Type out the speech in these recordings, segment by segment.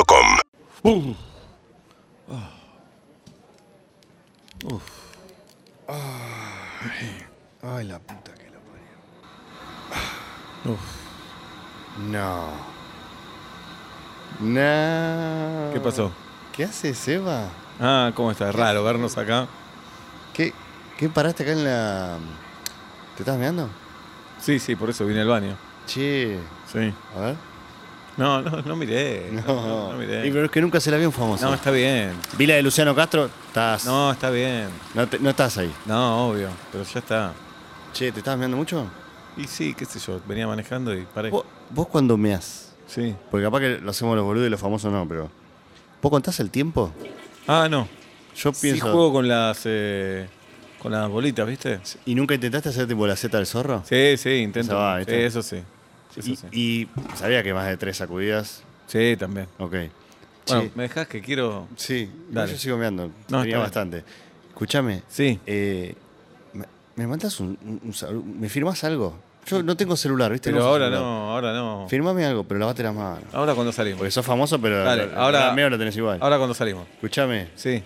UrbanaPlayFM.com Ay, la puta que lo parió. Ah. No. No. ¿Qué pasó? ¿Qué haces, Eva? Ah, ¿cómo está? Raro vernos acá. ¿Qué, ¿Qué paraste acá en la. ¿Te estás meando? Sí, sí, por eso vine al baño. Che. Sí. A ver. No, no, no miré. No, Eh, no, no miré. Y pero es que nunca se la vio en famosa. No, está bien. Vi la de Luciano Castro, estás. No. No, está bien. te- no estás ahí. No, obvio, pero ya está. Che, ¿te estás meando mucho? Y sí, qué sé yo, venía manejando y paré. Vos, vos cuando meas. Sí. Porque capaz que lo hacemos los boludos y los famosos no, pero. ¿Vos contás el tiempo? Ah, no. Yo Sí pienso. juego con las eh, con las bolitas, ¿viste? ¿Y nunca intentaste hacer tipo la Z del zorro? Sí, sí, intento. Eso va, sí, ¿viste? eso sí. Eso Y, sí. y sabía que más de tres sacudidas. Sí, también. Ok. Bueno, Che, ¿me dejás que quiero...? Sí, Dale. yo sigo meando. No, está Tenía bien. bastante. Escúchame. Sí. eh, ¿me, me mandas un, un- un salu- ¿Me firmás algo? Yo no tengo celular, ¿viste? Pero uso ahora celular. no, ahora no. Firmame algo, pero lavate las manos. Ahora cuando salimos. Porque sos famoso, pero Dale, el- el ahora- programa mío lo tenés igual. Ahora cuando salimos. Escúchame, Sí.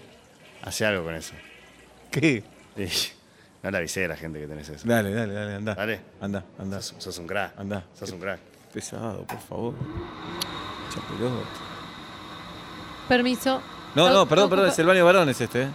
hace algo con eso. ¿Qué? Y No la avisé a la gente que tenés eso. Dale, dale, dale, anda. Dale. Anda, anda. Sos, sos un crack. Andá. Sos un crack. Pesado, por favor. Chapelota. Permiso. No, no, perdón, ocupa- perdón, es el baño de varones este. ¿eh?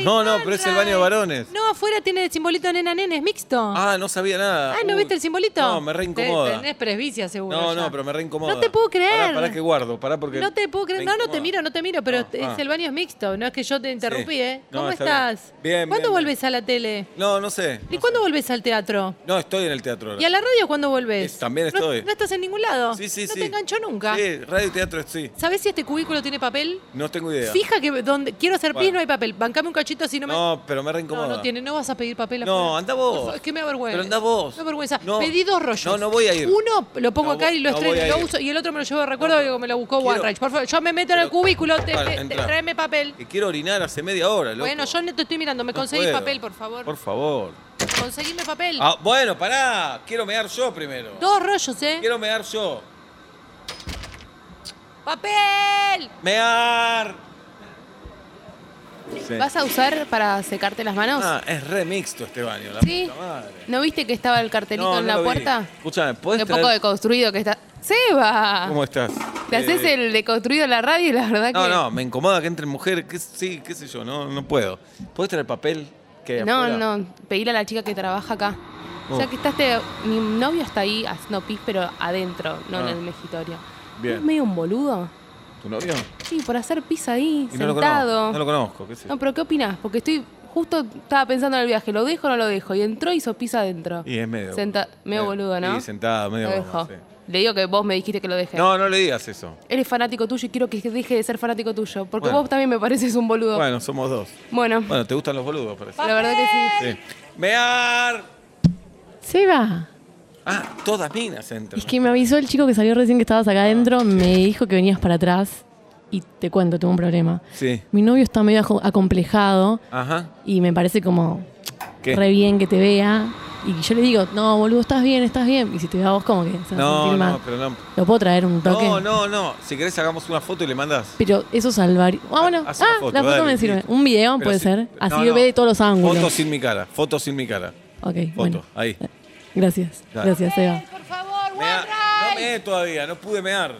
No, no, pero es el baño de varones. No, afuera tiene el simbolito nena nene, es mixto. Ah, Ah, no sabía nada. ¿no Uy. viste el simbolito? No, me Te- reincomoda. Tenés presbicia seguro. No, ya. no, pero me reincomoda. No te puedo creer. Pará, pará que guardo, pará porque. No te puedo creer. No, no te reincomoda. miro, no te miro, pero No, es ah. el baño es mixto. No es que yo te interrumpí, Sí. ¿eh? No, ¿Cómo está bien. estás? Bien, ¿Cuándo bien, volvés a la tele? No, no sé. ¿Y no cuándo sé. volvés al teatro? No, estoy en el teatro ahora. ¿Y a la radio cuándo volvés? Eh, también No- estoy. No, estás en ningún lado. Sí, sí, no sí. te enganchó nunca. Sí, radio y teatro sí. ¿Sabés si este cubículo tiene papel? No tengo idea. Fija que donde quiero hacer pis Bueno. no hay papel. Bancame un cachito así no me. No, pero me reincomoda. No, no tiene, no vas a pedir papel No, afuera. andá vos. Por favor, Es que me da vergüenza. Pero andá vos. No vergüenza. No. Pedí dos rollos. No, no voy a ir. Uno lo pongo No acá y lo vo- no estreno voy y a lo ir. uso. Y el otro me lo llevo de recuerdo que me lo buscó Quiero- One Ranch. Por favor, yo me meto en el Pero- cubículo, te, Vale, te- te- entrá. tráeme papel. Que quiero orinar hace media hora, loco. Bueno, yo no te estoy mirando. ¿Me No conseguís puedo. papel, por favor? Por favor. Conseguime papel. Ah, bueno, pará. Quiero mear yo primero. Dos rollos, ¿eh? Quiero mear yo. ¡Papel! Mear. Sí. ¿Vas a usar para secarte las manos? Eh. Ah, es re mixto este baño, la ¿Sí? puta madre. ¿No viste que estaba el cartelito No, en no la lo vi. puerta? Escúchame, ¿podés Lo poco traer- deconstruido que está. ¡Seba! ¿Cómo estás? Te Eh, haces el deconstruido en la radio y la verdad No, que. no, me incomoda que entre mujer, que, sí, qué sé yo, no, no puedo. ¿Podés traer papel? Que hay No, afuera? no, pedirle a la chica que trabaja acá. O sea Oh. que estás te- mi novio está ahí haciendo pis, pero adentro, no Ah. en el mejitorio. Bien. Es medio un boludo. ¿Tu novio? Sí, por hacer pis ahí, Y no lo sentado. conozco. No lo conozco, qué sé yo. No, pero ¿qué opinás? Porque estoy, justo estaba pensando en el viaje, ¿lo dejo o no lo dejo? Y entró y hizo pis adentro. Y es medio. Senta- medio boludo, ¿no? Sí, sentado, medio Lo boludo. dejo. Le digo que vos me dijiste que lo deje. No, no le digas eso. Eres fanático tuyo y quiero que deje de ser fanático tuyo. Porque Bueno. vos también me pareces un boludo. Bueno, somos dos. Bueno, Bueno, te gustan los boludos, parece. la verdad que sí. Sí. ¡Mear! Seba, Ah, todas minas entran. es que me avisó el chico que salió recién que estabas acá adentro, me dijo que venías para atrás y te cuento, tuve un problema. Sí. Mi novio está medio ajo- acomplejado Ajá. y me parece como ¿Qué? re bien que te vea. Y yo le digo, no, boludo, estás bien, estás bien. Y si te veo a vos, como que se va a No, sentir mal. no, pero no. ¿Lo puedo traer un toque? No, no, no. Si querés hagamos una foto y le mandás. Pero eso salvar. Ah, bueno, Haz ah, una foto, la foto dale, me sirve. listo. Un video Pero puede sí. ser. Así No, lo no. ve de todos los ángulos. Foto sin mi cara, foto sin mi cara. Ok, Foto, bueno. ahí. Gracias, Dale. gracias, Seba. Papel, Por favor, Me One ha- no Ranch. me todavía, no pude mear.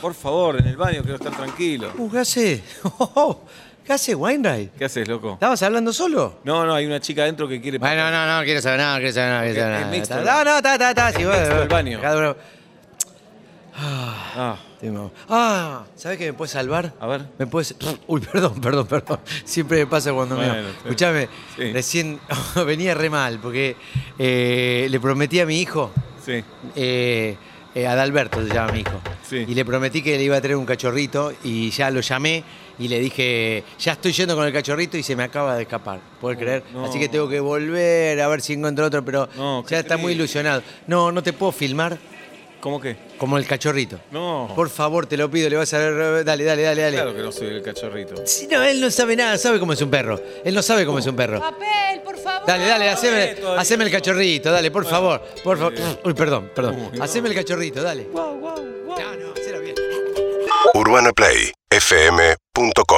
Por favor, en el baño quiero estar tranquilo. Uh, ¿Qué hace? Oh, ¿Qué hace Wainwright? ¿Qué haces, loco? ¿Estabas hablando solo? No, no, hay una chica adentro que quiere. Bueno, no, no, no quiero saber nada, no quiero saber nada, no quiero Es- es saber nada. mixto, Eh, no, no, está, está, está. Es sí, bueno, mixto el bueno, baño. cada uno- Ah, Sí, no. Ah, ¿sabes qué me puedes salvar? A ver. Me puedes. Uy, perdón, perdón, perdón. Siempre me pasa cuando Bueno, me. está bien. Escuchame, Sí. recién venía re mal porque eh, le prometí a mi hijo, sí. eh, eh, Adalberto se llama mi hijo, Sí. y le prometí que le iba a tener un cachorrito y ya lo llamé y le dije, ya estoy yendo con el cachorrito y se me acaba de escapar, ¿puedes creer? Oh, no. Así que tengo que volver a ver si encuentro otro, pero No, qué ya está muy triste. ilusionado. No, no te puedo filmar. ¿Cómo qué? Como el cachorrito. No. Por favor, te lo pido, le vas a ver. Dale, dale, dale, dale. Claro que no soy el cachorrito. Si no, él no sabe nada, sabe cómo es un perro. Él no sabe cómo es un perro. Papel, por favor. Dale, dale, eh, haceme, todavía haceme el no. cachorrito, dale, por favor. Por favor. eh. Uy, perdón, perdón. Uy, no. Haceme el cachorrito, dale. No, no, hacelo bien. UrbanaPlayFM.com